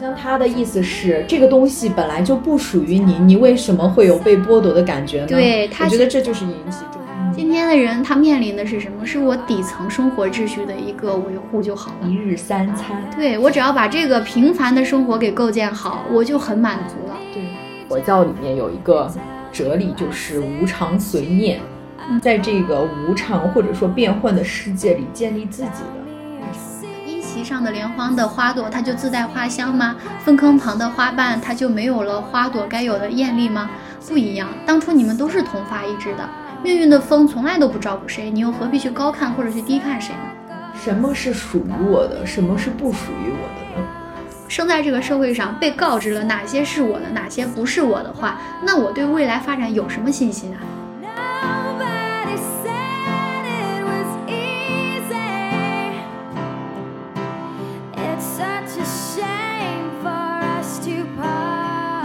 像他的意思是，这个东西本来就不属于你，你为什么会有被剥夺的感觉呢？对他嗯我觉得这就是引起这今天的人他面临的是什么？是我底层生活秩序的一个维护就好了。一日三餐。对我只要把这个平凡的生活给构建好，我就很满足了。对，佛教里面有一个哲理，就是无常随念，嗯在这个无常或者说变幻的世界里建立自己的。一席上的莲花的花朵，它就自带花香吗？粪坑旁的花瓣，它就没有了花朵该有的艳丽吗？不一样，当初你们都是同发一枝的，命运的风从来都不照顾谁，你又何必去高看或者去低看谁呢？什么是属于我的，什么是不属于我的呢？生在这个社会上，被告知了哪些是我的，哪些不是我的话，那我对未来发展有什么信心啊？ Nobody said it was easy. It's such a shame for us to part.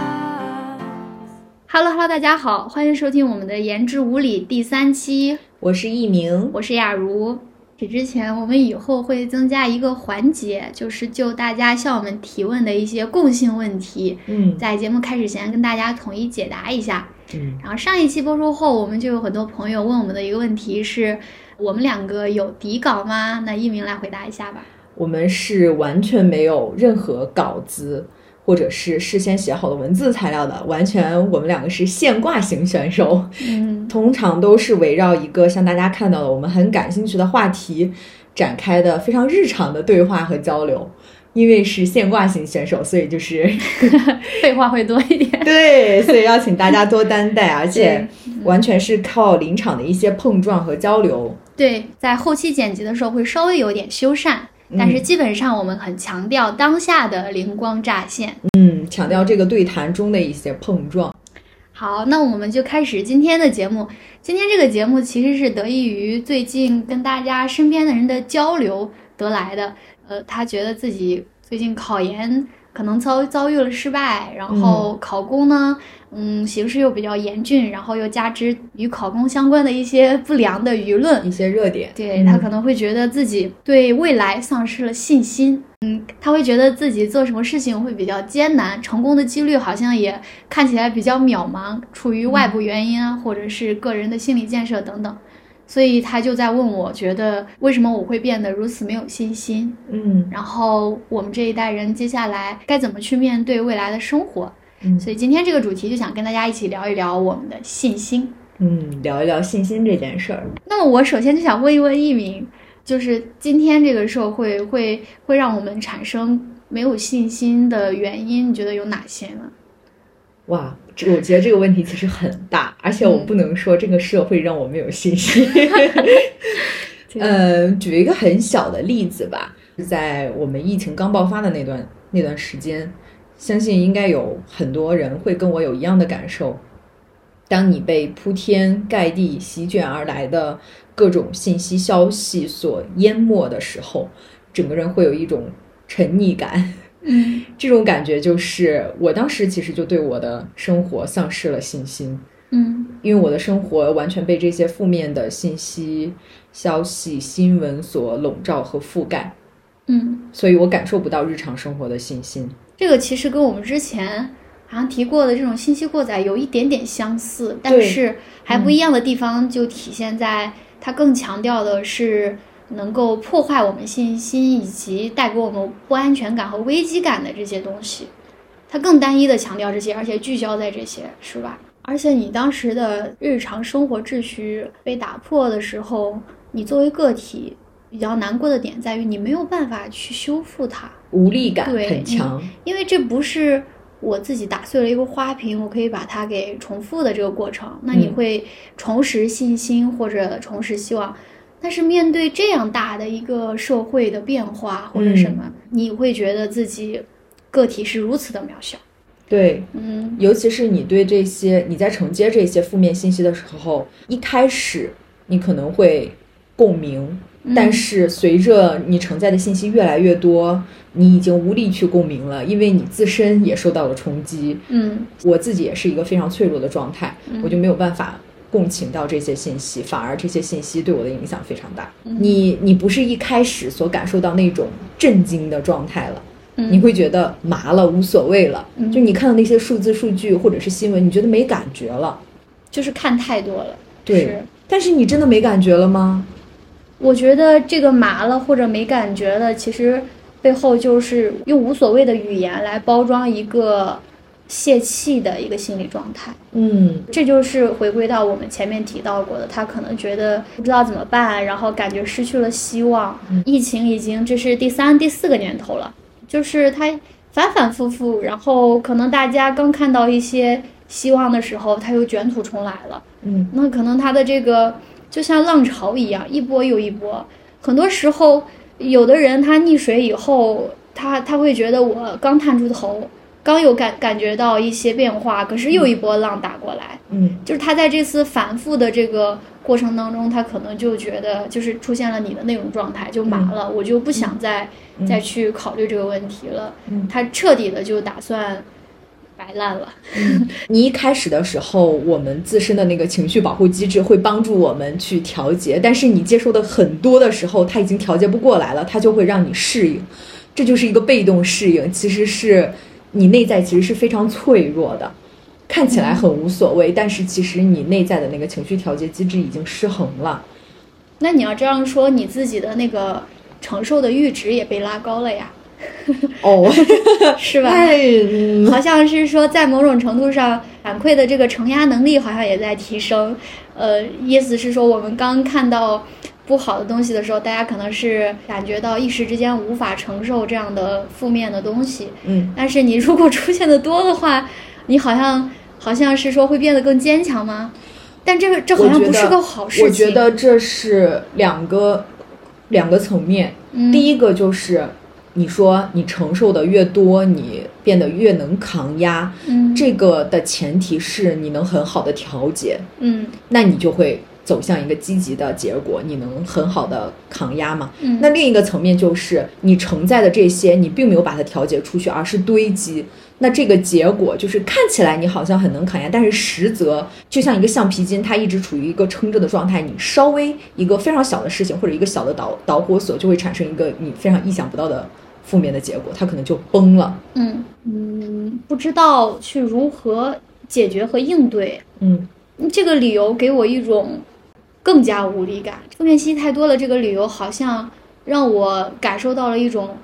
Hello Hello，大家好，欢迎收听我们的《言之无理》第三期，我是佚名，我是雅茹。这之前，我们以后会增加一个环节，就是就大家向我们提问的一些共性问题，嗯在节目开始前跟大家统一解答一下。嗯，然后上一期播出后，我们就有很多朋友问我们的一个问题是：我们两个有底稿吗？那一鸣来回答一下吧。我们是完全没有任何稿子或者是事先写好的文字材料的，完全我们两个是现挂型选手，嗯，通常都是围绕一个像大家看到的我们很感兴趣的话题展开的非常日常的对话和交流。因为是现挂型选手，所以就是 废话会多一点。对，所以要请大家多担待，而且对完全是靠临场的一些碰撞和交流。对，在后期剪辑的时候会稍微有点修缮，但是基本上我们很强调当下的灵光乍现。嗯，强调这个对谈中的一些碰撞。好，那我们就开始今天的节目。今天这个节目其实是得益于最近跟大家身边的人的交流得来的。呃，他觉得自己最近考研可能遭遭遇了失败，然后考公呢，嗯，形势又比较严峻，然后又加之与考公相关的一些不良的舆论，一些热点，对他嗯可能会觉得自己对未来丧失了信心，嗯，他会觉得自己做什么事情会比较艰难，成功的几率好像也看起来比较渺茫，处于外部原因啊，或者是个人的心理建设等等，所以他就在问我，觉得为什么我会变得如此没有信心？嗯，然后我们这一代人接下来该怎么去面对未来的生活？嗯所以今天这个主题就想跟大家一起聊一聊我们的信心。嗯，聊一聊信心这件事儿。那么我首先就想问一问一鸣，就是今天这个社会会会让我们产生没有信心的原因，你觉得有哪些呢？哇，这我觉得这个问题其实很大，而且我不能说这个社会让我没有信心。嗯，举一个很小的例子吧，在我们疫情刚爆发的那段那段时间，相信应该有很多人会跟我有一样的感受。当你被铺天盖地、席卷而来的各种信息消息所淹没的时候，整个人会有一种沉溺感。嗯这种感觉就是，我当时其实就对我的生活丧失了信心。嗯因为我的生活完全被这些负面的信息、消息、新闻所笼罩和覆盖，嗯，所以我感受不到日常生活的信心。这个其实跟我们之前好像提过的这种信息过载有一点点相似，但对是还不一样的地方就体现在它更强调的是。能够破坏我们信心，以及带给我们不安全感和危机感的这些东西。它更单一的强调这些，而且聚焦在这些，是吧？而且你当时的日常生活秩序被打破的时候，你作为个体比较难过的点在于你没有办法去修复它，无力感对很强，因为这不是我自己打碎了一个花瓶，我可以把它给重复的这个过程。那你嗯会重拾信心或者重拾希望，但是面对这样大的一个社会的变化或者什嗯么，你会觉得自己个体是如此的渺小。对，嗯尤其是你对这些你在承接这些负面信息的时候，一开始你可能会共鸣，嗯但是随着你承载的信息越来越多，你已经无力去共鸣了，因为你自身也受到了冲击。嗯我自己也是一个非常脆弱的状态，嗯我就没有办法共情到这些信息，反而这些信息对我的影响非常大。嗯你你不是一开始所感受到那种震惊的状态了，嗯你会觉得麻了，无所谓了。嗯就你看到那些数字、数据或者是新闻，你觉得没感觉了。就是看太多了。对是但是你真的没感觉了吗？我觉得这个麻了或者没感觉了，其实背后就是用无所谓的语言来包装一个泄气的一个心理状态。嗯，这就是回归到我们前面提到过的，他可能觉得不知道怎么办，然后感觉失去了希望。疫情已经这是第三、第四个年头了，就是他反反复复，然后可能大家刚看到一些希望的时候，他又卷土重来了。嗯，那可能他的这个就像浪潮一样，一波又一波。很多时候，有的人他溺水以后，他他会觉得我刚探出头，刚有感感觉到一些变化，可是又一波浪打过来。嗯，就是他在这次反复的这个过程当中，他可能就觉得就是出现了你的那种状态，就麻了，我就不想再、再去考虑这个问题了。嗯他彻底的就打算摆烂了。 你一开始的时候，我们自身的那个情绪保护机制会帮助我们去调节，但是你接收的很多的时候，它已经调节不过来了，它就会让你适应，这就是一个被动适应，其实是你内在其实是非常脆弱的，看起来很无所谓，但是其实你内在的那个情绪调节机制已经失衡了。那你要这样说，你自己的那个承受的阈值也被拉高了呀，哦， 是吧？哎，嗯好像是说，在某种程度上，反馈的这个承压能力好像也在提升。呃，意思是说，我们刚看到不好的东西的时候，大家可能是感觉到一时之间无法承受这样的负面的东西。嗯，但是你如果出现的多的话，你好像好像是说会变得更坚强吗？但这个这好我像觉不是得个好事情。我觉得这是两个两个层面，嗯第一个就是你说你承受的越多，你变得越能扛压，嗯这个的前提是你能很好的调节，嗯那你就会走向一个积极的结果，你能很好的抗压嘛？嗯那另一个层面就是你承载的这些，你并没有把它调节出去，而是堆积。那这个结果就是看起来你好像很能抗压，但是实则就像一个橡皮筋，它一直处于一个撑着的状态。你稍微一个非常小的事情或者一个小的导导火索，就会产生一个你非常意想不到的负面的结果，它可能就崩了。嗯嗯，不知道去如何解决和应对。嗯这个理由给我一种更加无力感。负面信息太多了，这个理由好像让我感受到了一种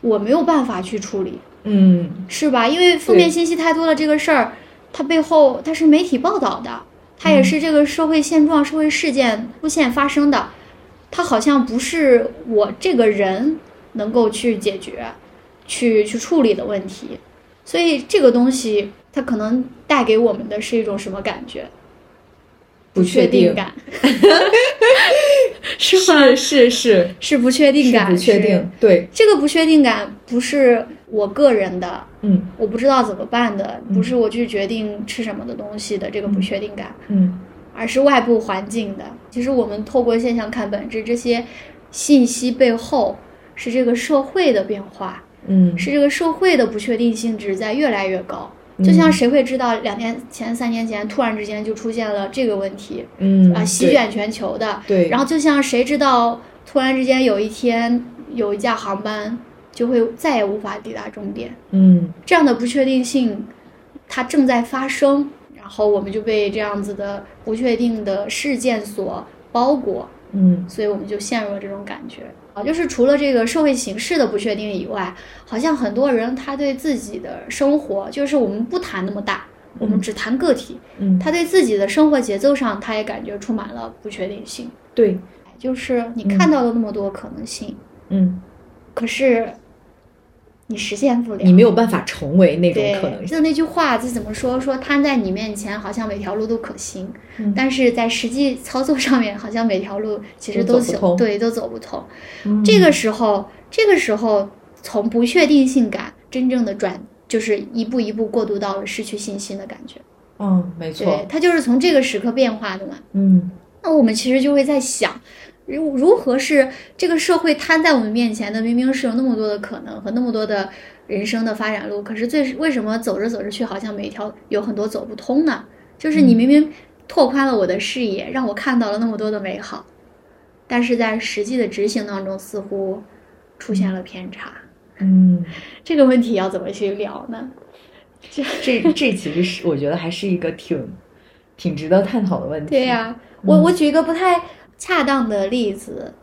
我没有办法去处理，嗯是吧？因为负面对信息太多了这个事儿，它背后它是媒体报道的，它嗯也是这个社会现状、社会事件出现发生的，它好像不是我这个人能够去解决、去去处理的问题，所以这个东西它可能带给我们的是一种什么感觉？不确定感， 是吗？是是是不确定是感，不确是定，。对，这个不确定感不是我个人的，嗯我不知道怎么办的，嗯不是我去决定吃什么的东西的这个不确定感，嗯而是外部环境的。其实我们透过现象看本质，这些信息背后是这个社会的变化，嗯，是这个社会的不确定性值在越来越高。嗯就像谁会知道两天前、三年前突然之间就出现了这个问题嗯啊，席卷全球的，对，然后就像谁知道，突然之间有一天有一架航班就会再也无法抵达终点，嗯这样的不确定性，它正在发生，然后我们就被这样子的不确定的事件所包裹，嗯所以我们就陷入了这种感觉。啊，就是除了这个社会形势的不确定以外，好像很多人他对自己的生活，就是我们不谈那么大，我们只谈个体，嗯，他对自己的生活节奏上，他也感觉充满了不确定性。对，就是你看到了那么多可能性，嗯，可是你实现不了。你没有办法成为那种对可能性，就那句话，就怎么说？说摊在你面前，好像每条路都可行，嗯但是在实际操作上面，好像每条路其实都走都不行，通嗯对，都走不通。这个时候，这个时候从不确定性感真正的转，就是一步一步过渡到了失去信心的感觉。嗯，没对错，，它就是从这个时刻变化的嘛。嗯那我们其实就会在想，如如何是这个社会摊在我们面前的，明明是有那么多的可能和那么多的人生的发展路，可是最为什么走着走着去，好像每一条有很多走不通呢？就是你明明拓宽了我的视野，让我看到了那么多的美好，但是在实际的执行当中，似乎出现了偏差。嗯，这个问题要怎么去聊呢？这这其实是我觉得还是一个挺挺值得探讨的问题。对呀、我我举一个不太恰当的例子，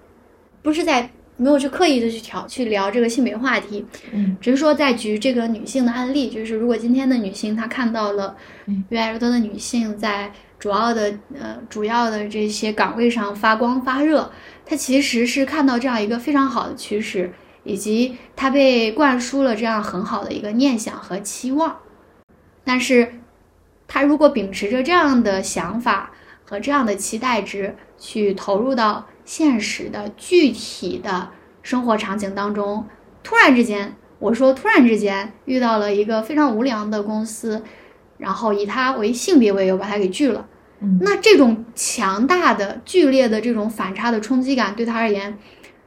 不是在没有去刻意的去调去聊这个性别话题，嗯只是说在举这个女性的案例，就是如果今天的女性她看到了嗯越来越多的女性在主要的呃主要的这些岗位上发光发热，她其实是看到这样一个非常好的趋势，以及她被灌输了这样很好的一个念想和期望。但是，她如果秉持着这样的想法和这样的期待值去投入到现实的具体的生活场景当中，突然之间，我说突然之间遇到了一个非常无良的公司，然后以他为性别为由把他给拒了。嗯那这种强大的、剧烈的这种反差的冲击感，对他而言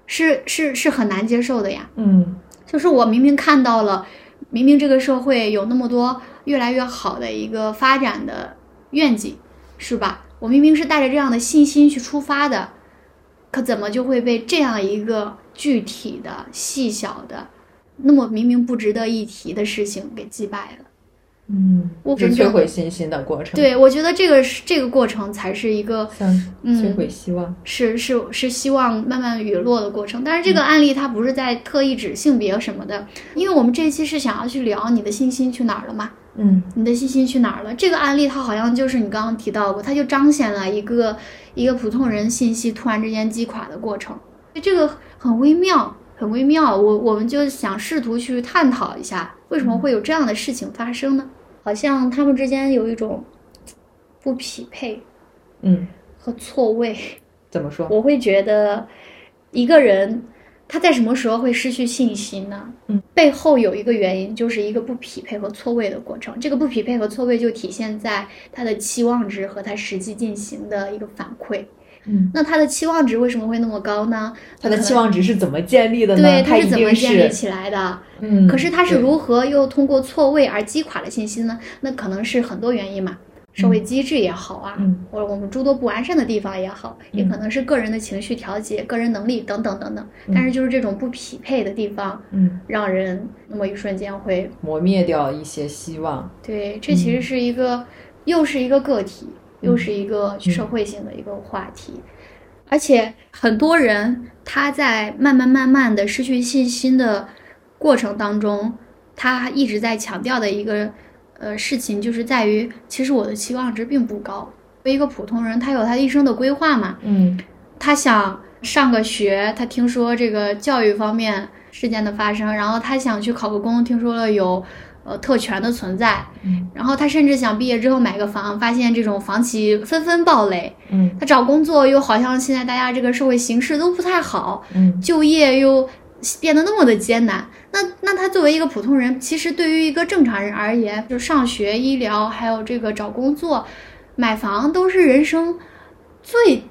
是是是很难接受的呀。嗯就是我明明看到了，明明这个社会有那么多越来越好的一个发展的愿景，是吧？我明明是带着这样的信心去出发的，可怎么就会被这样一个具体的、细小的、那么明明不值得一提的事情给击败了？嗯，我是真正摧毁信心的过程，，对，我觉得这个是这个过程才是一个像嗯摧毁希望。是是是希望慢慢陨落的过程。但是这个案例它不是在特意指性别什么的，因为我们这一期是想要去聊你的信心去哪儿了嘛？嗯你的信心去哪儿了？这个案例它好像就是你刚刚提到过，它就彰显了一个一个普通人信息突然之间击垮的过程。这个很微妙，很微妙。我我们就想试图去探讨一下，为什么会有这样的事情发生呢？好像他们之间有一种不匹配嗯，和错位。怎么说？我会觉得一个人他在什么时候会失去信心呢？嗯，背后有一个原因，就是一个不匹配和错位的过程。这个不匹配和错位就体现在他的期望值和他实际进行的一个反馈。嗯，那他的期望值为什么会那么高呢？他的期望值是怎么建立的呢？对嗯他它是一怎么定建立是，起来的？嗯，可是它是对如何又通过错位而击垮了信心呢？那可能是很多原因嘛，社会机制也好啊，嗯或者我们诸多不完善的地方也好，也嗯可能是个人的情绪调节、个人能力等等等等。嗯但是就是这种不匹配的地方，嗯让人那么一瞬间会磨灭掉一些希望。对，这其实是一个，又是一个个体，又是一个嗯嗯社会性的一个话题，而且很多人他在慢慢慢慢的失去信心的过程当中，他一直在强调的一个呃事情，就是在于其实我的期望值并不高。作为一个普通人，他有他一生的规划嘛，嗯他想上个学，他听说这个教育方面事件的发生，然后他想去考个公，听说了有呃特权的存在，嗯然后他甚至想毕业之后买个房，发现这种房企纷纷暴雷，嗯他找工作又好像现在大家这个社会形势都不太好，嗯就业又变得那么的艰难。那那他作为一个普通人，其实对于一个正常人而言，就上学、医疗，还有这个找工作、买房，都是人生最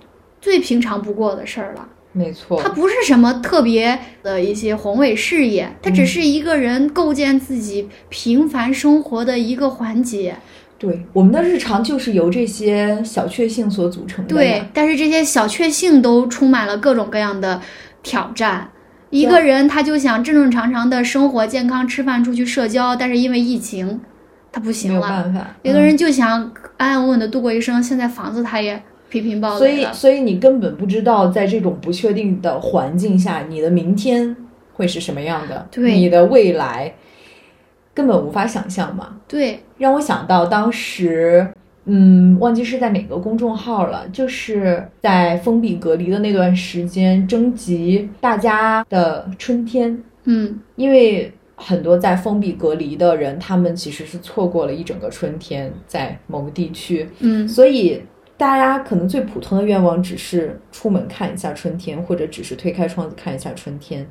最平常不过的事儿了。没错。它不是什么特别的一些宏伟事业，它只是一个人构建自己平凡生活的一个环节。对，我们的日常就是由这些小确幸所组成的。对，，但是这些小确幸都充满了各种各样的挑战。一个人他就想正正常常的生活、健康、吃饭、出去社交，但是因为疫情，他不没行有了。办法。嗯有的人就想安安稳稳的度过一生，现在房子他也频频暴所雷以，了。所以你根本不知道，在这种不确定的环境下，你的明天会是什么样的，对你的未来根本无法想象嘛。对，让我想到当时，嗯，忘记是在哪个公众号了，就是在封闭隔离的那段时间，征集大家的春天，嗯，因为很多在封闭隔离的人，他们其实是错过了一整个春天，在某个地区，嗯所以大家可能最普通的愿望只是出门看一下春天，或者只是推开窗子看一下春 天。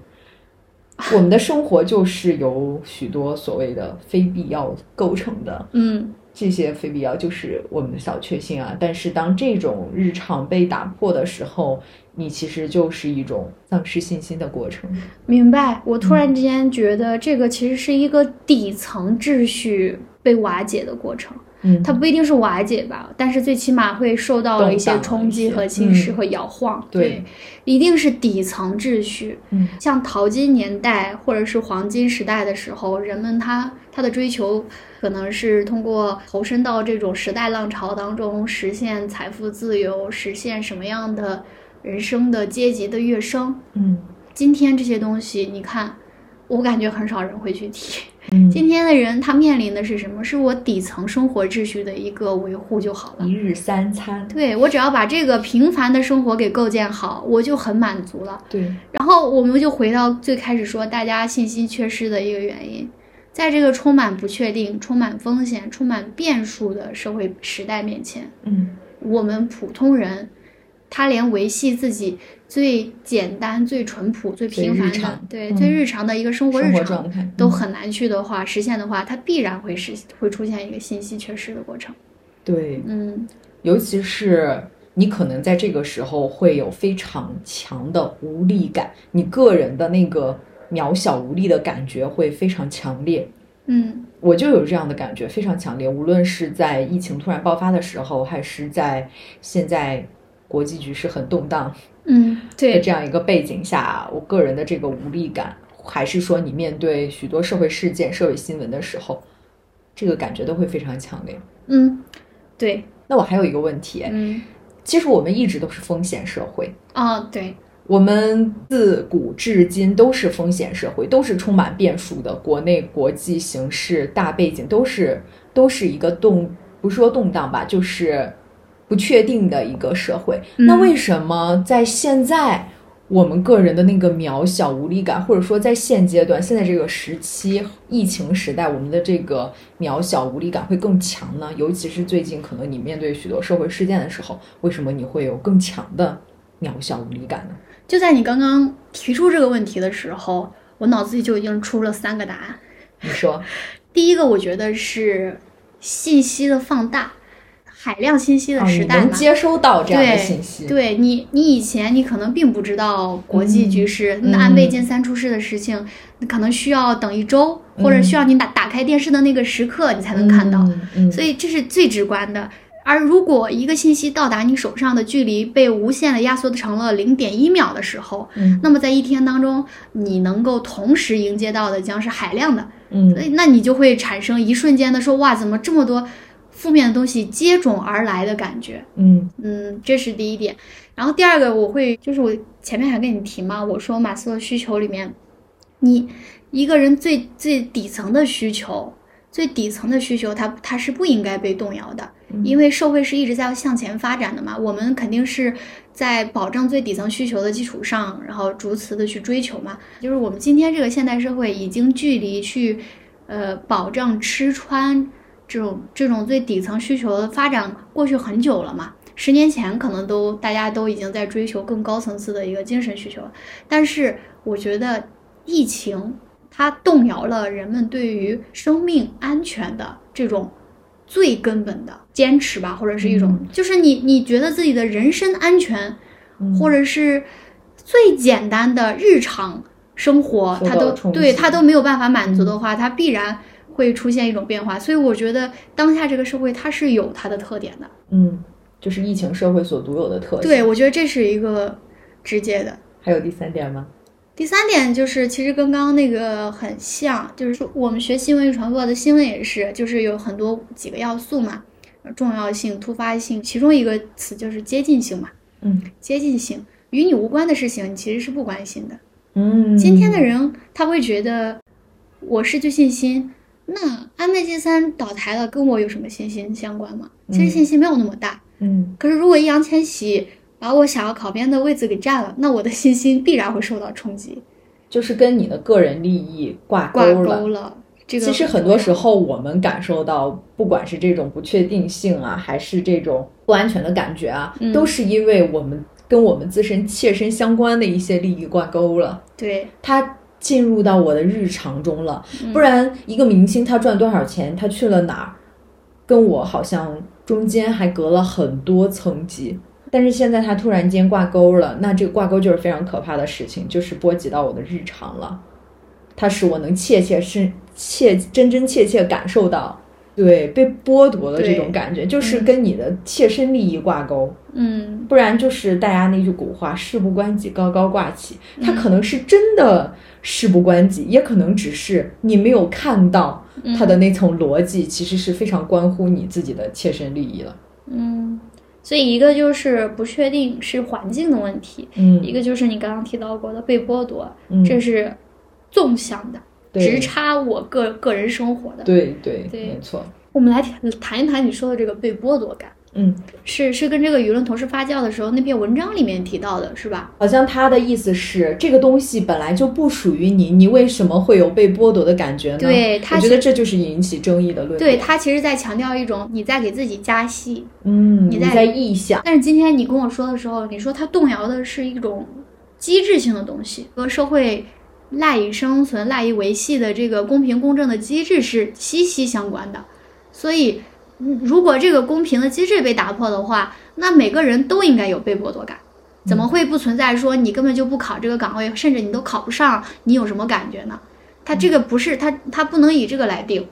我们的生活就是由许多所谓的非必要构成的，嗯，这些非必要就是我们的小确幸啊。但是当这种日常被打破的时候，你其实就是一种丧失信心的过程。明白。我突然之间觉得，这个其实是一个底层秩序被瓦解的过程。嗯，它不一定是瓦解吧，但是最起码会受到了一些动荡了冲一击些和侵蚀嗯和摇晃。对一定是底层秩序。嗯，像淘金年代或者是黄金时代的时候，人们他他的追求可能是通过投身到这种时代浪潮当中，实现财富自由，实现什么样的人生的阶级的跃升。嗯今天这些东西，你看，我感觉很少人会去提。嗯，今天的人他面临的是什么？是我底层生活秩序的一个维护就好了。一日三餐，对我只要把这个平凡的生活给构建好，我就很满足了。对，然后我们就回到最开始说大家信心缺失的一个原因，在这个充满不确定、充满风险、充满变数的社会时代面前，嗯我们普通人，他连维系自己最简单、最淳朴、最平最凡日的常，对嗯最日常的一个生活日生活常状态都嗯很难去的话，实现的话，它必然会实会出现一个信息缺失的过程。对，嗯，尤其是你可能在这个时候会有非常强的无力感，你个人的那个渺小无力的感觉会非常强烈。嗯，我就有这样的感觉，非常强烈。无论是在疫情突然爆发的时候，还是在现在国际局势很动荡嗯，的对，这样一个背景下，我个人的这个无力感，还是说你面对许多社会事件、社会新闻的时候，这个感觉都会非常强烈。嗯，对，那我还有一个问题，嗯，其实我们一直都是风险社会，哦，对，我们自古至今都是风险社会，都是充满变数的，国内国际形势大背景都是都是一个动，不是说动荡吧，就是不确定的一个社会。嗯那为什么在现在我们个人的那个渺小无力感，或者说在现阶段现在这个时期疫情时代，我们的这个渺小无力感会更强呢？尤其是最近可能你面对许多社会事件的时候，为什么你会有更强的渺小无力感呢？就在你刚刚提出这个问题的时候，我脑子里就已经出了三个答案。你说，第一个，我觉得是信息的放大，海量信息哦的你时代能嘛。接收到这样的对信息，对你，你以前你可能并不知道国际局势，嗯那安倍晋三出事的事情，你可能需要等一周，或者需要你打打开电视的那个时刻，你才能看到。嗯，嗯所以这是最直观的。而如果一个信息到达你手上的距离被无限的压缩成了零点一秒的时候，嗯那么在一天当中，你能够同时迎接到的将是海量的，所嗯以那你就会产生一瞬间的说哇，怎么这么多负面的东西接踵而来的感觉？嗯嗯，这是第一点。然后第二个，我会就是我前面还跟你提嘛，我说马斯洛需求里面，你一个人最最底层的需求，最底层的需求它，它是不应该被动摇的，因为社会是一直在向前发展的嘛，我们肯定是在保障最底层需求的基础上，然后逐次的去追求嘛。就是我们今天这个现代社会已经距离去，呃，保障吃穿这种这种最底层需求的发展过去很久了嘛。十年前可能都大家都已经在追求更高层次的一个精神需求了，但是我觉得疫情它动摇了人们对于生命安全的这种最根本的坚持吧，或者是一种，就是你你觉得自己的人身安全，嗯或者是最简单的日常生活，受它到都冲对击嗯它都没有办法满足的话，它必然会出现一种变化。所以我觉得当下这个社会它是有它的特点的。嗯，就是疫情社会所独有的特性。对，，我觉得这是一个直接的。还有第三点吗？第三点就是，其实跟刚刚那个很像，就是说我们学新闻与传播的新闻也是，就是有很多几个要素嘛，重要性、突发性，其中一个词就是接近性嘛，嗯接近性与你无关的事情，你其实是不关心的。嗯，今天的人他会觉得我失去信心，那安倍晋三倒台了，跟我有什么信心相关吗？其实信息没有那么大。嗯可是如果易烊千玺把我想要考编的位子给占了，那我的信心必然会受到冲击。就是跟你的个人利益挂挂钩了。钩了。这个其实很多时候，我们感受到，不管是这种不确定性啊，还是这种不安全的感觉啊，嗯都是因为我们跟我们自身切身相关的一些利益挂钩了。对，它进入到我的日常中了。嗯不然，一个明星他赚多少钱，他去了哪儿，跟我好像中间还隔了很多层级。但是现在他突然间挂钩了，那这个挂钩就是非常可怕的事情，就是波及到我的日常了。它使我能切切身切真真切切感受到对被剥夺了这对种感觉，就是跟你的切身利益挂钩，嗯不然就是大家那句古话“事不关己，高高挂起”，嗯它可能是真的事不关己，也可能只是你没有看到嗯它的那层逻辑，其实是非常关乎你自己的切身利益了。嗯，所以一个就是不确定是环境的问题，嗯，一个就是你刚刚提到过的被剥夺，嗯这是纵向的，对直插我个个人生活的。对对对没错，我们来谈一谈你说的这个被剥夺感，嗯，是是跟这个舆论同时发酵的时候那篇文章里面提到的，是吧？好像他的意思是，这个东西本来就不属于你，你为什么会有被剥夺的感觉呢？对他我觉是得这就是引起争议的论对点。，他其实在强调一种你在给自己加戏。嗯，你你在在臆想，但是今天你跟我说的时候，你说它动摇的是一种机制性的东西，和社会赖以生存、赖以维系的这个公平公正的机制是息息相关的。所以，嗯如果这个公平的机制被打破的话，那每个人都应该有被剥夺感。怎么会不存在说你根本就不考这个岗位，甚至你都考不上，你有什么感觉呢？它这个不是它，它不能以这个来定，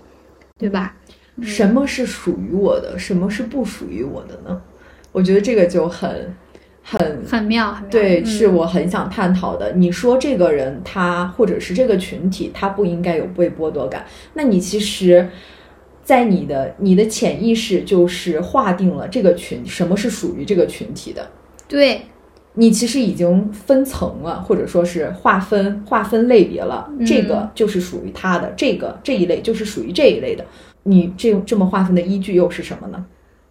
对吧？什么是属于我的，什么是不属于我的呢？我觉得这个就很很很妙，很妙。对，嗯是我很想探讨的。你说这个人他或者是这个群体，他不应该有被剥夺感，那你其实。在你的你的潜意识就是划定了这个群什么是属于这个群体的，对，你其实已经分层了，或者说是划分划分类别了，嗯这个就是属于他的，这个这一类就是属于这一类的。你这这么划分的依据又是什么呢？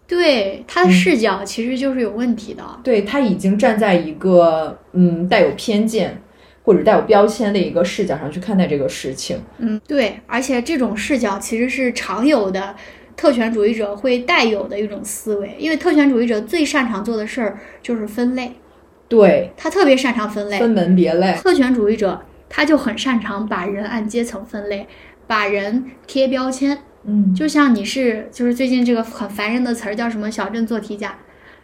对他的嗯视角其实就是有问题的。对他已经站在一个嗯带有偏见或者带有标签的一个视角上去看待这个事情。嗯，对，而且这种视角其实是常有的特权主义者会带有的一种思维，因为特权主义者最擅长做的事儿就是分类，对，他特别擅长分类。分门别类。特权主义者他就很擅长把人按阶层分类，把人贴标签。嗯，就像你是，就是最近这个很烦人的词儿叫什么“小镇做题家”，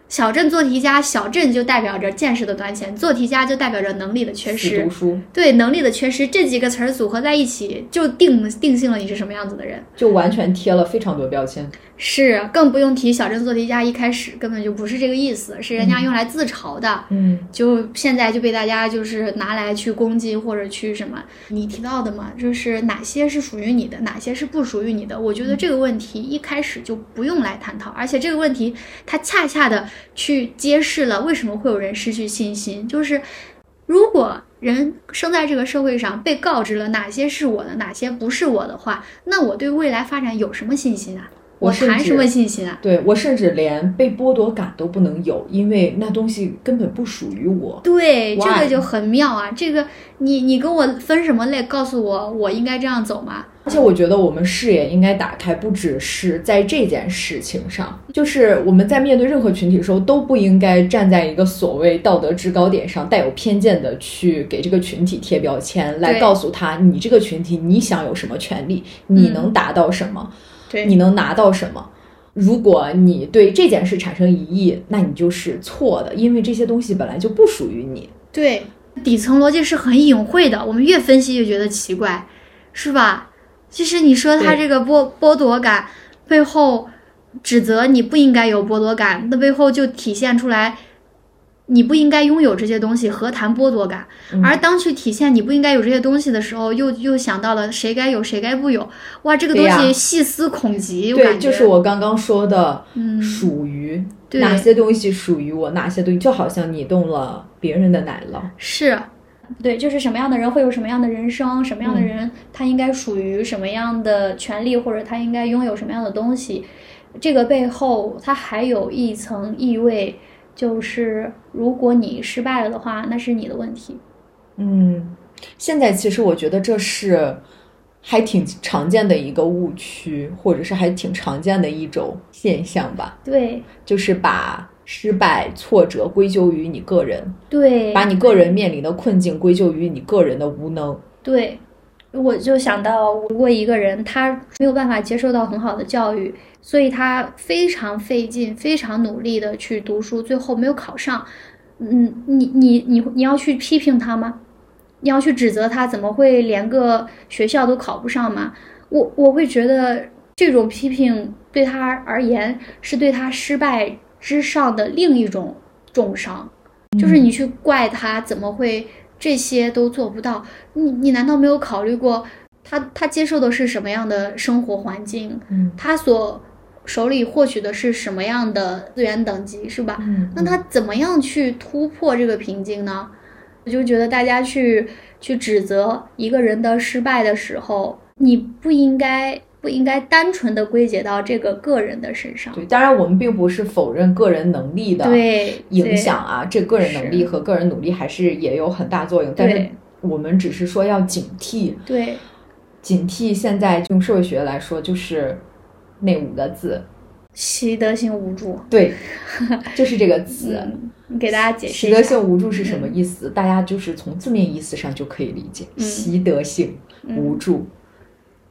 小镇做题家，小镇就代表着见识的短浅，做题家就代表着能力的缺死失。读书对能力的缺失这几个词儿组合在一起，就定定性了你是什么样子的人。就完全贴了非常多标签。是，更不用提小镇做题家一开始根本就不是这个意思，是人家用来自嘲的。嗯，就现在就被大家就是拿来去攻击或者去什么，你提到的嘛，就是哪些是属于你的，哪些是不属于你的。我觉嗯得这个问题一开始就不用来探讨，而且这个问题它恰恰的去揭示了为什么会有人失去信心，就是如果人生在这个社会上被告知了哪些是我的，哪些不是我的话，那我对未来发展有什么信心啊？我我甚谈至什么信心啊？对我甚至连被剥夺感都不能有，因为那东西根本不属于我。对，这 Why？个就很妙啊！这个你你跟我分什么类？告诉我我应该这样走吗？而且我觉得我们视野应该打开，不只是在这件事情上，就是我们在面对任何群体的时候，都不应该站在一个所谓道德制高点上，带有偏见的去给这个群体贴标签，来对告诉他你这个群体你享有什么权利，你能达到什么，对你能拿到什么。如果你对这件事产生疑义，那你就是错的，因为这些东西本来就不属于你。对，底层逻辑是很隐晦的，我们越分析越觉得奇怪，是吧？就是你说他对这个剥剥夺感背后指责你不应该有剥夺感，那背后就体现出来你不应该拥有这些东西，何谈剥夺感？嗯而当去体现你不应该有这些东西的时候，又又想到了谁该有谁该不有，哇，这个东对呀西细思恐极，我对，感就觉是我刚刚说的，嗯属于、对哪些东西属于我，哪些东西就好像你动了别人的奶酪。是，对，就是什么样的人会有什么样的人生，什么样的嗯人他应该属于什么样的权利，或者他应该拥有什么样的东西。这个背后，它还有一层意味，就是如果你失败了的话，那是你的问题。嗯，现在其实我觉得这是还挺常见的一个误区，或者是还挺常见的一种现象吧，对，就是把失败、挫折归咎于你个人，对，把你个人面临的困境归咎于你个人的无能。对，我就想到，如果一个人他没有办法接受到很好的教育，所以他非常费劲、非常努力的去读书，最后没有考上，嗯，你你你你要去批评他吗？你要去指责他怎么会连个学校都考不上吗？我我会觉得这种批评对他而言是对他失败之上的另一种重伤，就是嗯你去怪他怎么会这些都做不到，你你难道没有考虑过他他接受的是什么样的生活环境，嗯他所手里获取的是什么样的资源等级，是吧？嗯，那他怎么样去突破这个瓶颈呢？我就觉得大家去去指责一个人的失败的时候，你不应该不应该单纯的归结到这个个人的身上。对，当然我们并不是否认个人能力的对，影响啊，这个人能力是和个人努力还是也有很大作用，但是对。我们只是说要警惕，对警惕现在用社会学来说就是那五个字，习得性无助。 对，就是这个词。嗯，你给大家解释习一得下性。无助是什么意思？大家就是从字面意思上就可以理解。嗯习得性嗯无助，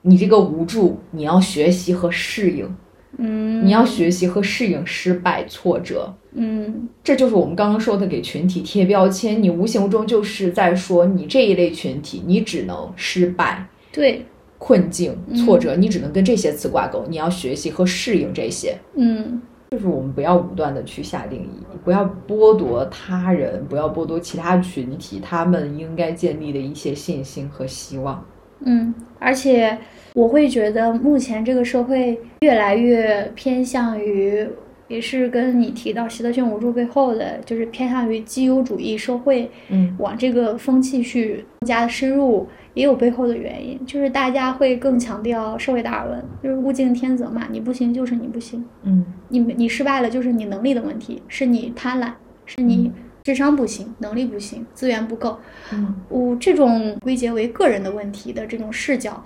你这个无助，你要学习和适应，嗯，你要学习和适应失败、挫折。嗯这就是我们刚刚说的给群体贴标签，你无形中就是在说你这一类群体，你只能失败、对困境、挫折，你只能跟这些词挂钩。你要学习和适应这些。嗯就是我们不要武断的去下定义，不要剥夺他人，不要剥夺其他群体他们应该建立的一些信心和希望。嗯，而且我会觉得目前这个社会越来越偏向于，也是跟你提到习得性无助背后的，就是偏向于绩优主义社会嗯往这个风气去更加的深入，也有背后的原因，就是大家会更强调社会达尔文，就是物竞天择嘛，你不行就是你不行，嗯你你失败了就是你能力的问题，是你贪婪，是你智商不行，能力不行，资源不够，嗯我这种归结为个人的问题的这种视角，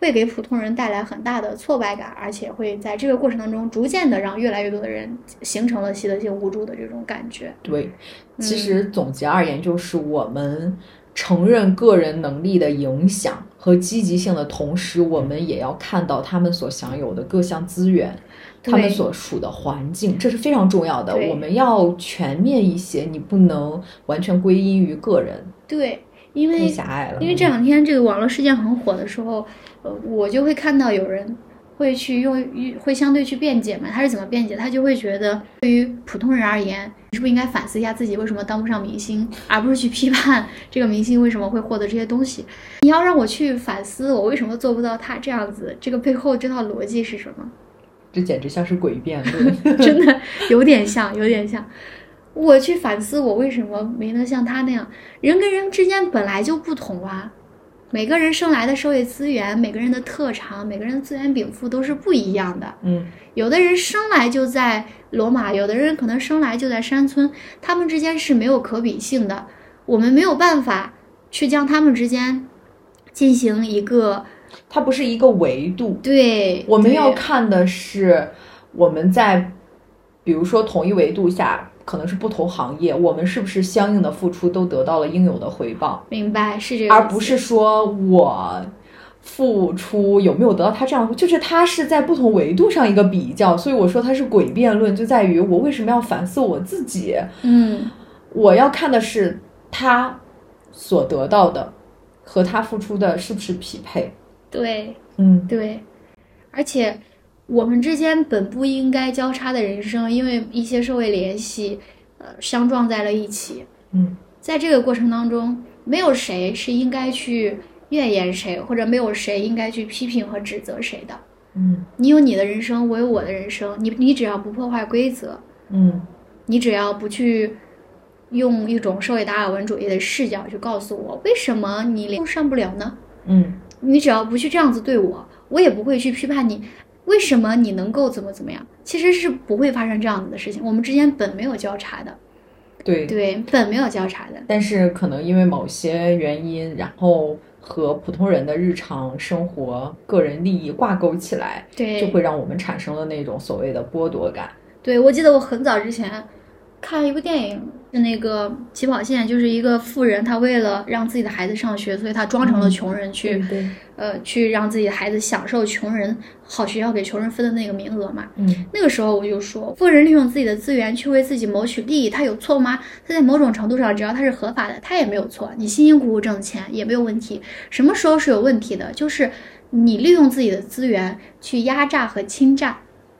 会给普通人带来很大的挫败感，而且会在这个过程当中逐渐的让越来越多的人形成了习得性无助的这种感觉。对。嗯其实总结而言，就是我们承认个人能力的影响和积极性的同时，我们也要看到他们所享有的各项资源。对他们所处的环境，这是非常重要的。对我们要全面一些，你不能完全归因于个人，对，因太为狭隘了。嗯因为这两天这个网络事件很火的时候，呃，我就会看到有人会去用，会相对去辩解嘛。他是怎么辩解？他就会觉得，对于普通人而言，你是不是应该反思一下自己为什么当不上明星，而不是去批判这个明星为什么会获得这些东西？你要让我去反思我为什么做不到他这样子，这个背后这套逻辑是什么？这简直像是诡辩 论。真的有点像，有点像。我去反思我为什么没能像他那样，人跟人之间本来就不同啊，每个人生来的社会资源、每个人的特长、每个人的资源禀赋都是不一样的。嗯有的人生来就在罗马，有的人可能生来就在山村，他们之间是没有可比性的。我们没有办法去将他们之间进行一个，它不是一个维度，对，我们要对看的是我们在，比如说同一维度下，可能是不同行业，我们是不是相应的付出都得到了应有的回报，明白是这个意思，而不是说我。付出有没有得到他这样？就是他是在不同维度上一个比较，所以我说他是诡辩论，就在于我为什么要反思我自己？嗯我要看的是他所得到的和他付出的是不是匹配。对。嗯，对，而且我们之间本不应该交叉的人生，因为一些社会联系，呃，相撞在了一起。嗯，在这个过程当中，没有谁是应该去怨言谁，或者没有谁应该去批评和指责谁的。嗯你有你的人生，我有我的人生。你你只要不破坏规则，嗯你只要不去用一种社会达尔文主义的视角去告诉我为什么你连都上不了呢？嗯你只要不去这样子对我，我也不会去批判你。为什么你能够怎么怎么样？其实是不会发生这样子的事情。我们之间本没有交叉的，对。对，本没有交叉的，但是可能因为某些原因，然后和普通人的日常生活、个人利益挂钩起来，对，就会让我们产生了那种所谓的剥夺感。对，我记得我很早之前看一部电影，是那个《起跑线》，就是一个富人，他为了让自己的孩子上学，所以他装成了嗯穷人去，对，呃，去让自己的孩子享受穷人好学校给穷人分的那个名额嘛。嗯那个时候我就说，富人利用自己的资源去为自己谋取利益，他有错吗？他在某种程度上，只要他是合法的，他也没有错。你辛辛苦苦挣钱也没有问题。什么时候是有问题的？就是你利用自己的资源去压榨和侵占，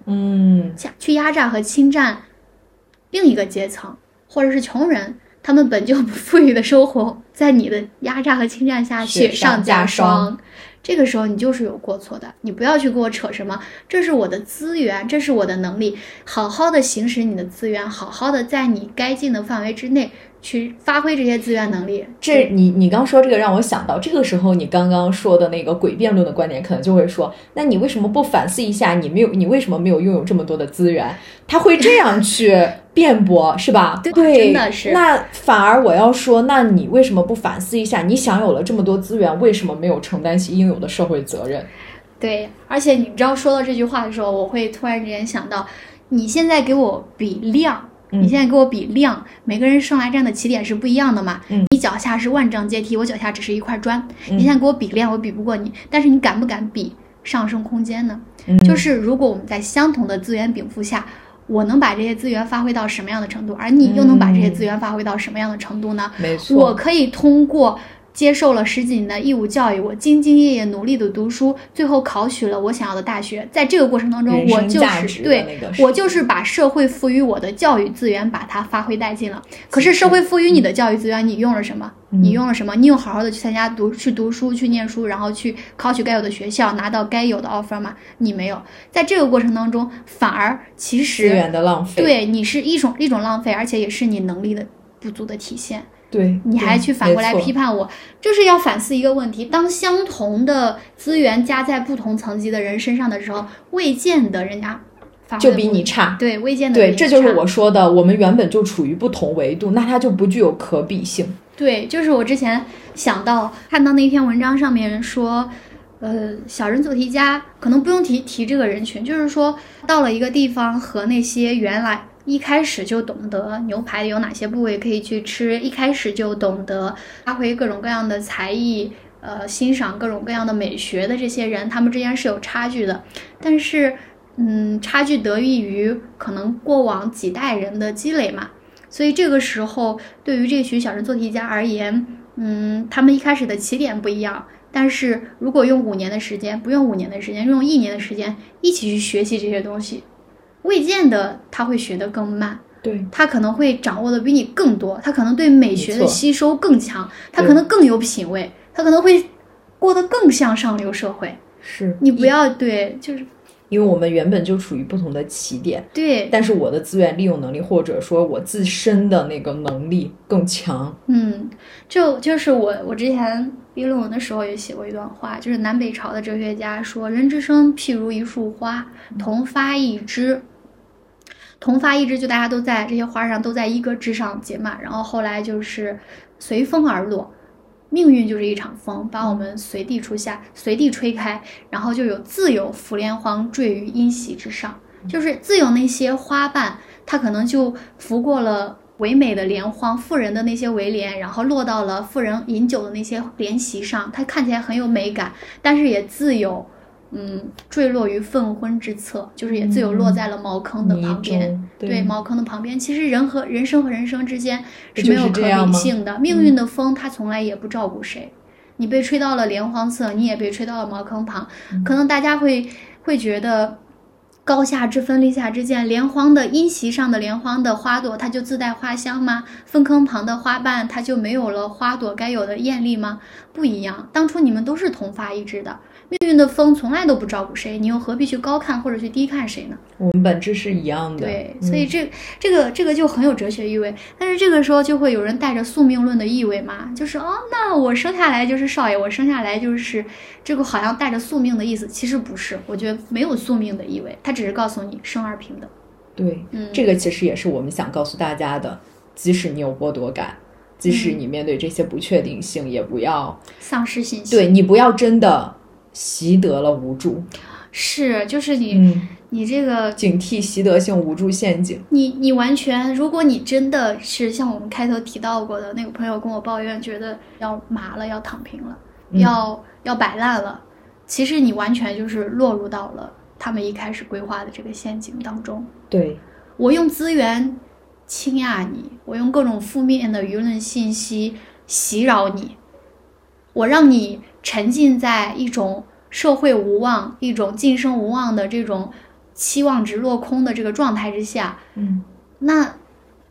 嗯去压榨和侵占另一个阶层，或者是穷人，他们本就不富裕的生活，在你的压榨和侵占下雪雪上上加加霜霜。这个时候你就是有过错的，你不要去跟我扯什么，这是我的资源，这是我的能力，好好的行使你的资源，好好的在你该尽的范围之内去发挥这些资源能力。这你你刚说这个让我想到，这个时候你刚刚说的那个诡辩论的观点，可能就会说，那你为什么不反思一下，你没有你为什么没有拥有这么多的资源？他会这样 去辩驳，是吧？对真的是那反而我要说，那你为什么不反思一下，你享有了这么多资源，为什么没有承担起应有的社会责任？对，而且你知道说到这句话的时候，我会突然之间想到，你现在给我比量，嗯你现在给我比量，每个人上来站的起点是不一样的嘛。嗯你脚下是万丈阶梯，我脚下只是一块砖。嗯你现在给我比量，我比不过你，但是你敢不敢比上升空间呢？嗯就是如果我们在相同的资源禀赋下。我能把这些资源发挥到什么样的程度，而你又能把这些资源发挥到什么样的程度呢？没错，我可以通过接受了十几年的义务教育，我兢兢业业努力的读书，最后考取了我想要的大学。在这个过程当中人，我生就价值是的对那个我就是把社会赋予我的教育资源把它发挥殆尽了。可是社会赋予你的教育资源，你用了什么？嗯你用了什么？你有好好的去参加读去读书去念书，然后去考取该有的学校，拿到该有的 offer 吗？你没有。在这个过程当中，反而其资实源的浪费，对你是一种一种浪费，而且也是你能力的不足的体现。对，你还对去反过来没错批判我，就是要反思一个问题：当相同的资源加在不同层级的人身上的时候，未见得人家发挥就得比不你差，对，未见得比对，你这就是差我说的，我们原本就处于不同维度，那它就不具有可比性。对，就是我之前想到看到那篇文章上面说，呃，小人做题家可能不用提提这个人群，就是说到了一个地方和那些原来一开始就懂得牛排有哪些部位可以去吃，一开始就懂得发挥各种各样的才艺。呃，欣赏各种各样的美学的这些人，他们之间是有差距的，但是，嗯，差距得益于可能过往几代人的积累嘛。所以这个时候，对于这群小人做题家而言，嗯，他们一开始的起点不一样，但是如果用五年的时间，不用五年的时间，用一年的时间一起去学习这些东西，未见得他会学得更慢，对，他可能会掌握的比你更多，他可能对美学没的错吸收更强，他对可能更有品味，他可能会过得更像上流社会。是你不要对，就是因为我们原本就处于不同的起点，对，但是我的资源利用能力，或者说我自身的那个能力更强。嗯，就就是我我之前毕业论文的时候也写过一段话，就是南北朝的哲学家说：“人之生譬如一束花，同发一枝。同发一枝，就大家都在这些花上都在一格之上结满，然后后来就是随风而落。命运就是一场风，把我们随地出下，随地吹开，然后就有自有拂莲花坠于阴席之上。就是自有那些花瓣，它可能就拂过了唯美的莲花，富人的那些围帘，然后落到了富人饮酒的那些莲席上，它看起来很有美感，但是也自有，嗯，坠落于粪昏之侧，就是也自有落在了茅坑的泥旁边。中对茅坑的旁边，其实人和人生和人生之间不是就没是有这可样比吗嗯性的。命运的风，它从来也不照顾谁。你被吹到了连荒侧，你也被吹到了茅坑旁。嗯可能大家会会觉得高下之分，低下之见。莲荒的阴席上的莲荒的花朵，它就自带花香吗？粪坑旁的花瓣，它就没有了花朵该有的艳丽吗？不一样，当初你们都是同发一枝的。命运的风从来都不照顾谁，你又何必去高看或者去低看谁呢？我们本质是一样的。对，所嗯以这、这个这个就很有哲学意味。但是这个时候就会有人带着宿命论的意味嘛，就是哦，那我生下来就是少爷，我生下来就是这个，好像带着宿命的意思，其实不是，我觉得没有宿命的意味，他只是告诉你生而平等。对，嗯这个其实也是我们想告诉大家的，即使你有剥夺感。即使嗯你面对这些不确定性，也不要丧失信心，对，你不要真的习得了无助，是就是你、嗯，你这个警惕习得性无助陷阱。你你完全，如果你真的是像我们开头提到过的那个朋友跟我抱怨，觉得要麻了，要躺平了，嗯要要摆烂了，其实你完全就是落入到了他们一开始规划的这个陷阱当中。对，我用资源倾轧你，我用各种负面的舆论信息袭扰你，我让你沉浸在一种社会无望、一种晋升无望的这种期望值落空的这个状态之下，嗯那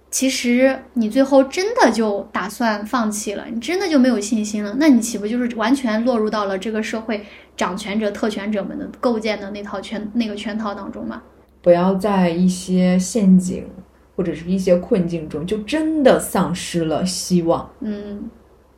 其实你最后真的就打算放弃了，你真的就没有信心了，那你岂不就是完全落入到了这个社会掌权者、特权者们的构建的那套圈那个圈套当中吗？不要在一些陷阱或者是一些困境中，就真的丧失了希望。嗯，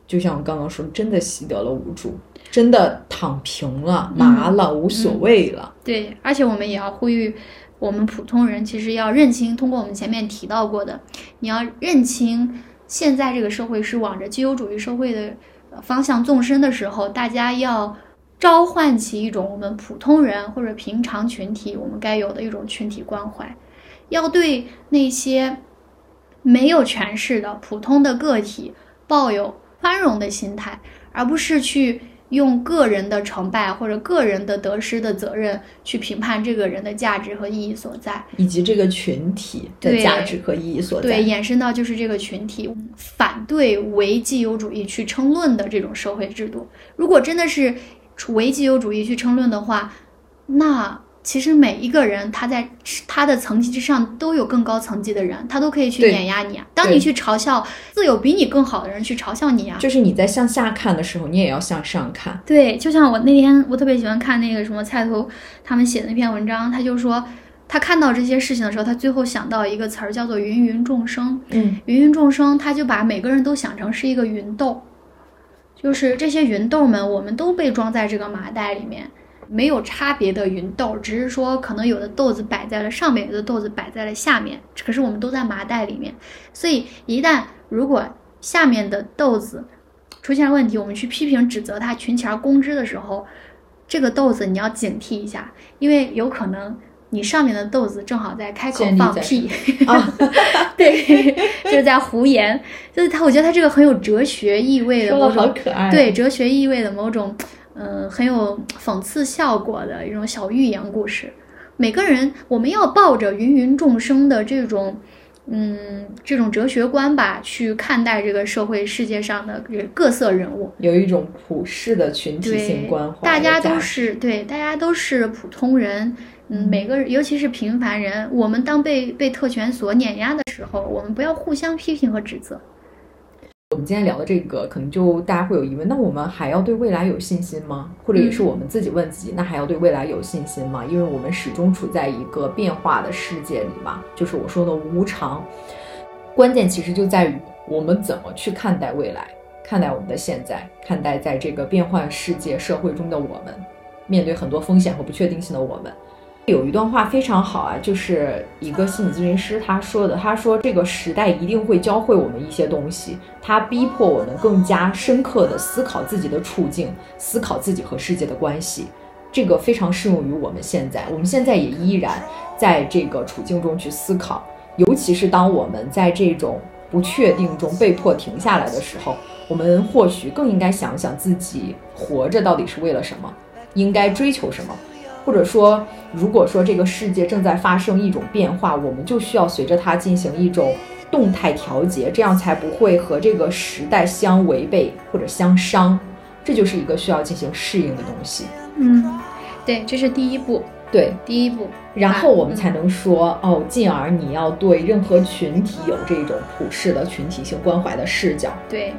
就像我刚刚说，真的习得了无助，真的躺平了、麻嗯了、无所谓了。对，而且我们也要呼吁，我们普通人其实要认清，通过我们前面提到过的，你要认清现在这个社会是往着自由主义社会的呃方向纵深的时候，大家要召唤起一种我们普通人或者平常群体我们该有的一种群体关怀，要对那些没有权势的普通的个体抱有宽容的心态，而不是去用个人的成败或者个人的得失的责任去评判这个人的价值和意义所在。以及这个群体的对价值和意义所在。对，衍生到就是这个群体反对唯既有主义去称论的这种社会制度。如果真的是唯既有主义去称论的话，那其实每一个人他在他的层级之上都有更高层级的人，他都可以去对碾压你啊。当对你去嘲笑自有比你更好的人去嘲笑你啊，就是你在向下看的时候，你也要向上看。对，就像我那天，我特别喜欢看那个什么菜头他们写的那篇文章，他就说，他看到这些事情的时候，他最后想到一个词儿叫做“芸芸众生”。嗯，芸芸众生，他就把每个人都想成是一个芸豆，就是这些芸豆们，我们都被装在这个麻袋里面，没有差别的芸豆，只是说可能有的豆子摆在了上面，有的豆子摆在了下面，可是我们都在麻袋里面，所以一旦如果下面的豆子出现了问题，我们去批评指责它群起而攻之的时候，这个豆子你要警惕一下，因为有可能你上面的豆子正好在开口建立放在屁，啊 对，就是在胡言，就是他，我觉得他这个很有哲学意味的说某的好种，可爱。对，哲学意味的某种，嗯、很有讽刺效果的一种小寓言故事。每个人，我们要抱着芸芸众生的这种，嗯，这种哲学观吧，去看待这个社会世界上的各色人物。有一种普世的群体性关怀和价大值，家都是对，大家都是普通人。嗯，每个人，尤其是平凡人，我们当被被特权所碾压的时候，我们不要互相批评和指责。我们今天聊的这个，可能就大家会有疑问：那我们还要对未来有信心吗？或者也是我们自己问自己，那还要对未来有信心吗？因为我们始终处在一个变化的世界里嘛，就是我说的无常。关键其实就在于我们怎么去看待未来，看待我们的现在，看待在这个变幻世界社会中的我们，面对很多风险和不确定性的我们。有一段话非常好啊，就是一个心理咨询师他说的，他说这个时代一定会教会我们一些东西，它逼迫我们更加深刻的思考自己的处境，思考自己和世界的关系。这个非常适用于我们现在，我们现在也依然在这个处境中去思考，尤其是当我们在这种不确定中被迫停下来的时候，我们或许更应该想想自己活着到底是为了什么，应该追求什么。或者说，如果说这个世界正在发生一种变化，我们就需要随着它进行一种动态调节，这样才不会和这个时代相违背或者相伤。这就是一个需要进行适应的东西。嗯，对，这是第一步，对，第一步。然后我们才能说哦，进而你要对任何群体有这种普世的群体性关怀的视角。对，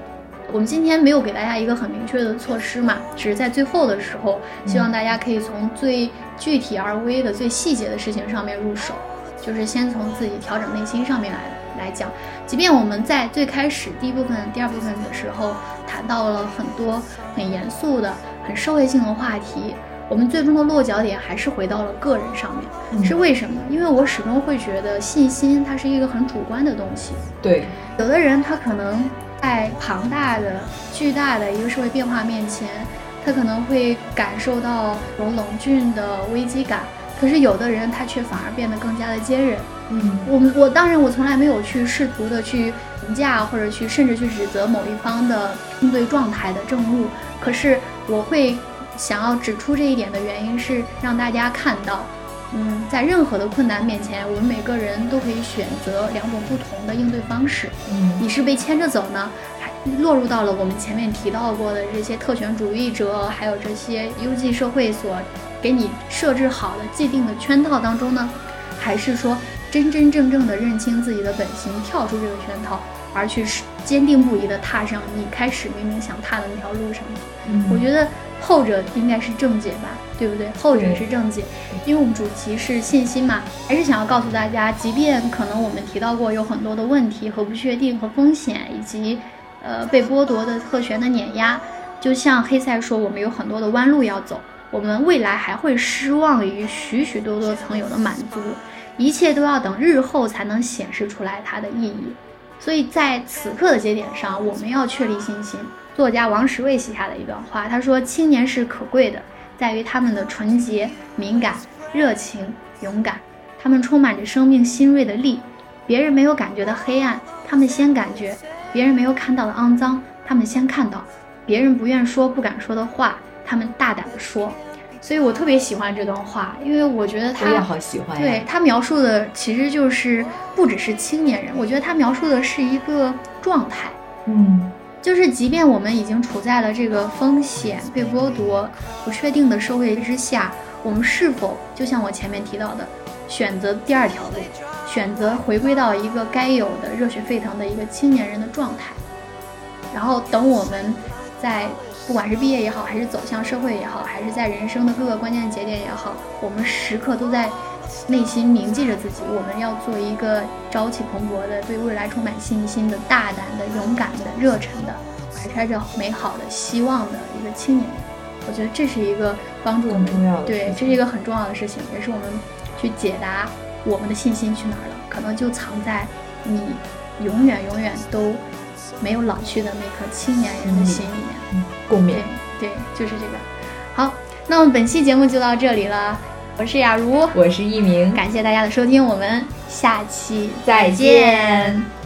我们今天没有给大家一个很明确的措施嘛，只是在最后的时候，希望大家可以从最具体而微的、最细节的事情上面入手，就是先从自己调整内心上面来来讲。即便我们在最开始第一部分、第二部分的时候谈到了很多很严肃的、很社会性的话题。我们最终的落脚点还是回到了个人上面，嗯是为什么？因为我始终会觉得信心它是一个很主观的东西，对，有的人他可能在庞大的、巨大的一个社会变化面前，他可能会感受到这种冷峻的危机感。可是有的人他却反而变得更加的坚韧。嗯我们我当然我从来没有去试图的去评价或者去甚至去指责某一方的应对状态的正路，可是我会想要指出这一点的原因是让大家看到，嗯，在任何的困难面前，我们每个人都可以选择两种不同的应对方式。嗯你是被牵着走呢，还落入到了我们前面提到过的这些特权主义者，还有这些优绩社会所给你设置好的既定的圈套当中呢？还是说真真正正的认清自己的本性，跳出这个圈套，而去坚定不移的踏上你开始明明想踏的那条路上呢？嗯我觉得后者应该是正解吧，对不对？后者是正解，因为我们主题是信心嘛，还是想要告诉大家，即便可能我们提到过有很多的问题和不确定和风险，以及呃被剥夺的特权的碾压，就像黑塞说，我们有很多的弯路要走，我们未来还会失望于许许多多曾有的满足，一切都要等日后才能显示出来它的意义。所以在此刻的节点上，我们要确立信心。作家王石卫写下的一段话，他说：“青年是可贵的，在于他们的纯洁、敏感、热情、勇敢，他们充满着生命新锐的力。别人没有感觉的黑暗，他们先感觉；别人没有看到的肮脏，他们先看到；别人不愿说、不敢说的话，他们大胆的说。”所以我特别喜欢这段话，因为我觉得他我也好喜欢哎呀。对他描述的其实就是不只是青年人，我觉得他描述的是一个状态。嗯就是即便我们已经处在了这个风险被剥夺、不确定的社会之下，我们是否就像我前面提到的，选择第二条路，选择回归到一个该有的热血沸腾的一个青年人的状态，然后等我们在不管是毕业也好，还是走向社会也好，还是在人生的各个关键节点也好，我们时刻都在内心铭记着自己，我们要做一个朝气蓬勃的、对未来充满信心的、大胆的、勇敢的、热忱的，怀揣着美好的希望的一个青年人。我觉得这是一个帮助我们很重要的事对情，这是一个很重要的事情，也是我们去解答我们的信心去哪儿了，可能就藏在你永远永远都没有老去的那颗青年人的心里面。嗯，共对勉。对，就是这个。好，那我们本期节目就到这里了，我是雅茹，我是一鸣，感谢大家的收听，我们下期再见。见。